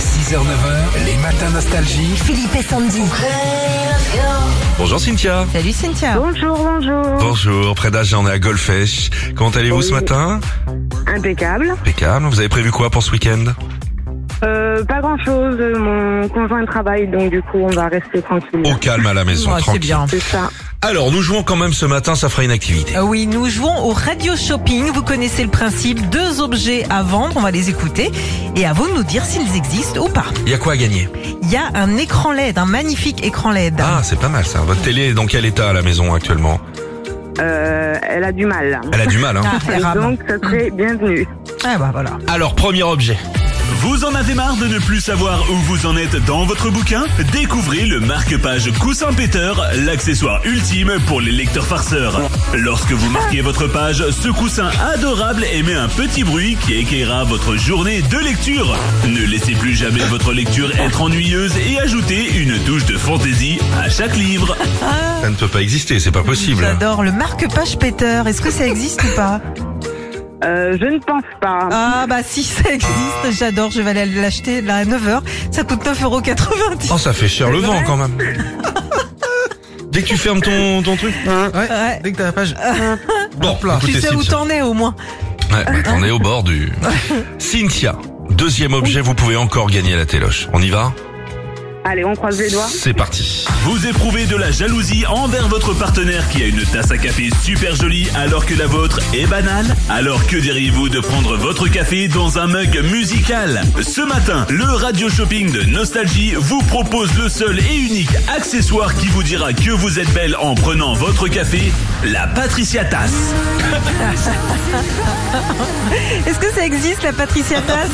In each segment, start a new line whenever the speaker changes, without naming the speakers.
6h-9h, les matins nostalgie.
Philippe et Sandy.
Bonjour Cynthia.
Salut Cynthia.
Bonjour, bonjour.
Bonjour, près d'Agen, on est à Golfech. Comment allez-vous
Oui.
ce matin
Impeccable.
Impeccable. Vous avez prévu quoi pour ce week-end
Euh, pas grand chose, mon conjoint travaille, donc du coup, on va rester tranquille.
Au calme à la maison,
Ouais, c'est
tranquille.
bien.
C'est ça.
Alors, nous jouons quand même ce matin, ça fera une activité.
Euh, Oui, nous jouons au radio shopping. Vous connaissez le principe. Deux objets à vendre, on va les écouter. Et à vous de nous dire s'ils existent ou pas.
Il y a quoi à gagner
Il y a un écran LED, un magnifique écran E LED.
Ah, c'est pas mal ça. Votre télé est dans quel état à la maison actuellement
Euh, elle a du mal. là.
Elle a du mal, hein
Ah, elle rame.
Donc, ça serait bienvenu.
Ah bah voilà.
Alors, premier objet.
Vous en avez marre de ne plus savoir où vous en êtes dans votre bouquin Découvrez le marque-page Coussin Péteur, l'accessoire ultime pour les lecteurs farceurs. Lorsque vous marquez votre page, ce coussin adorable émet un petit bruit qui éclairera votre journée de lecture. Ne laissez plus jamais votre lecture être ennuyeuse et ajoutez une touche de fantaisie à chaque livre.
Ça ne peut pas exister, c'est pas possible.
J'adore le marque-page Peter. Est-ce que ça existe ou pas
Euh, je ne pense pas.
Ah bah si ça existe, j'adore. Je vais aller l'acheter là à 9h. Ça coûte 9,90€.
Oh, ça fait cher le vent quand même. Dès que tu fermes ton, ton truc.
Ouais.
Dès que t'as la page.
Bon,
Tu
écoutez,
sais où
Cynthia.
t'en es au moins.
Ouais, maintenant, on est au bord du... Cynthia, deuxième objet, vous pouvez encore gagner la téloche. On y va
Allez, on croise les doigts.
C'est parti.
Vous éprouvez de la jalousie envers votre partenaire qui a une tasse à café super jolie alors que la vôtre est banale Alors que diriez-vous de prendre votre café dans un mug musical Ce matin, le radio shopping de Nostalgie vous propose le seul et unique accessoire qui vous dira que vous êtes belle en prenant votre café, la Patricia Tasse.
Est-ce que ça existe la Patricia Tass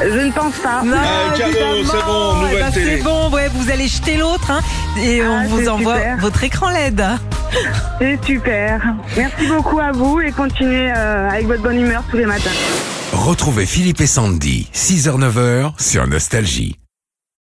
Je ne pense pas.
Non,
cadeau,
Ah, évidemment.
Ah, c'est bon,
Eh
nouvelle
ben,
télé.
C'est bon, ouais, vous allez jeter l'autre hein, et
Ah,
on vous
c'est
envoie
super.
votre écran LED.
C'est super. Merci beaucoup à vous et continuez euh, avec votre bonne humeur tous les matins.
Retrouvez Philippe et Sandy, 6h-9h, sur Nostalgie.